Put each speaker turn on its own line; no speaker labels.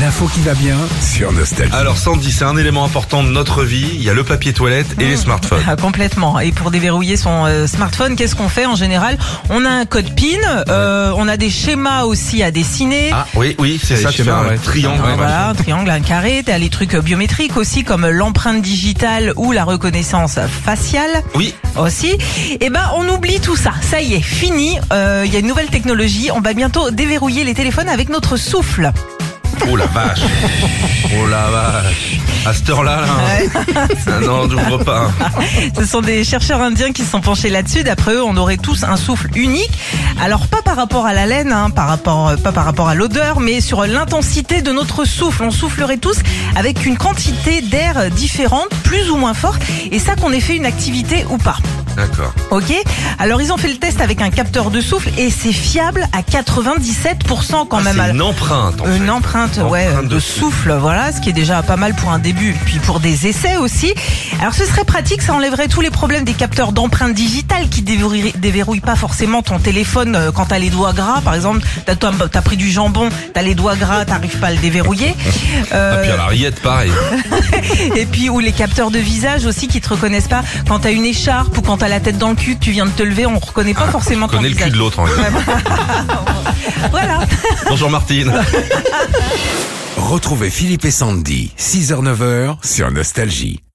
l'info qui va bien.
sur Nostalgie.
Alors Sandy, c'est un élément important de notre vie. Il y a le papier toilette et les smartphones.
Ah, complètement. Et pour déverrouiller son euh, smartphone, qu'est-ce qu'on fait en général On a un code PIN, euh, on a des schémas aussi à dessiner.
Ah oui, oui, c'est
les
ça, tu fais
schémas,
un
ouais.
triangle.
Ah, voilà, un triangle, un carré, t'as les trucs euh, biométriques aussi comme l'empreinte digitale ou la reconnaissance faciale
Oui,
aussi. Et ben on oublie tout ça. Ça y est, fini. Euh, Il y a une nouvelle technologie. On va bientôt déverrouiller les téléphones avec notre souffle.
oh la vache. Oh la vache. À cette heure-là, là, ah non, j'ouvre pas. hein.
Ce sont des chercheurs indiens qui se sont penchés là-dessus. D'après eux, on aurait tous un souffle unique. Alors pas par rapport à la laine, hein, par rapport, euh, pas par rapport à l'odeur, mais sur l'intensité de notre souffle. On soufflerait tous avec une quantité d'air différente, plus ou moins forte, et ça qu'on ait fait une activité ou pas.
D'accord.
Ok Alors ils ont fait le test avec un capteur de souffle et c'est fiable à 97% quand
Ah,
même.
c'est
à-
une empreinte. en fait.
une empreinte, ouais,
Empreinte de
de souffle, voilà, ce qui est déjà pas mal pour un début, puis pour des essais aussi. Alors ce serait pratique, ça enlèverait tous les problèmes des capteurs d'empreintes digitales qui déverrouillent, déverrouillent pas forcément ton téléphone euh, quand t'as les doigts gras, par exemple, t'as as pris du jambon, t'as les doigts gras, t'arrives pas à le déverrouiller.
Et
Euh,
Ah, puis à la rillette, pareil.
et puis ou les capteurs de visage aussi qui te reconnaissent pas quand t'as une écharpe ou quand t'as la tête dans le cul, que tu viens de te lever, on reconnaît pas forcément
Ah, On
ton
connaît le cul
visage.
de l'autre. en fait.
Voilà.
Bonjour Martine.
Retrouvez Philippe et Sandy, 6h-9h sur Nostalgie.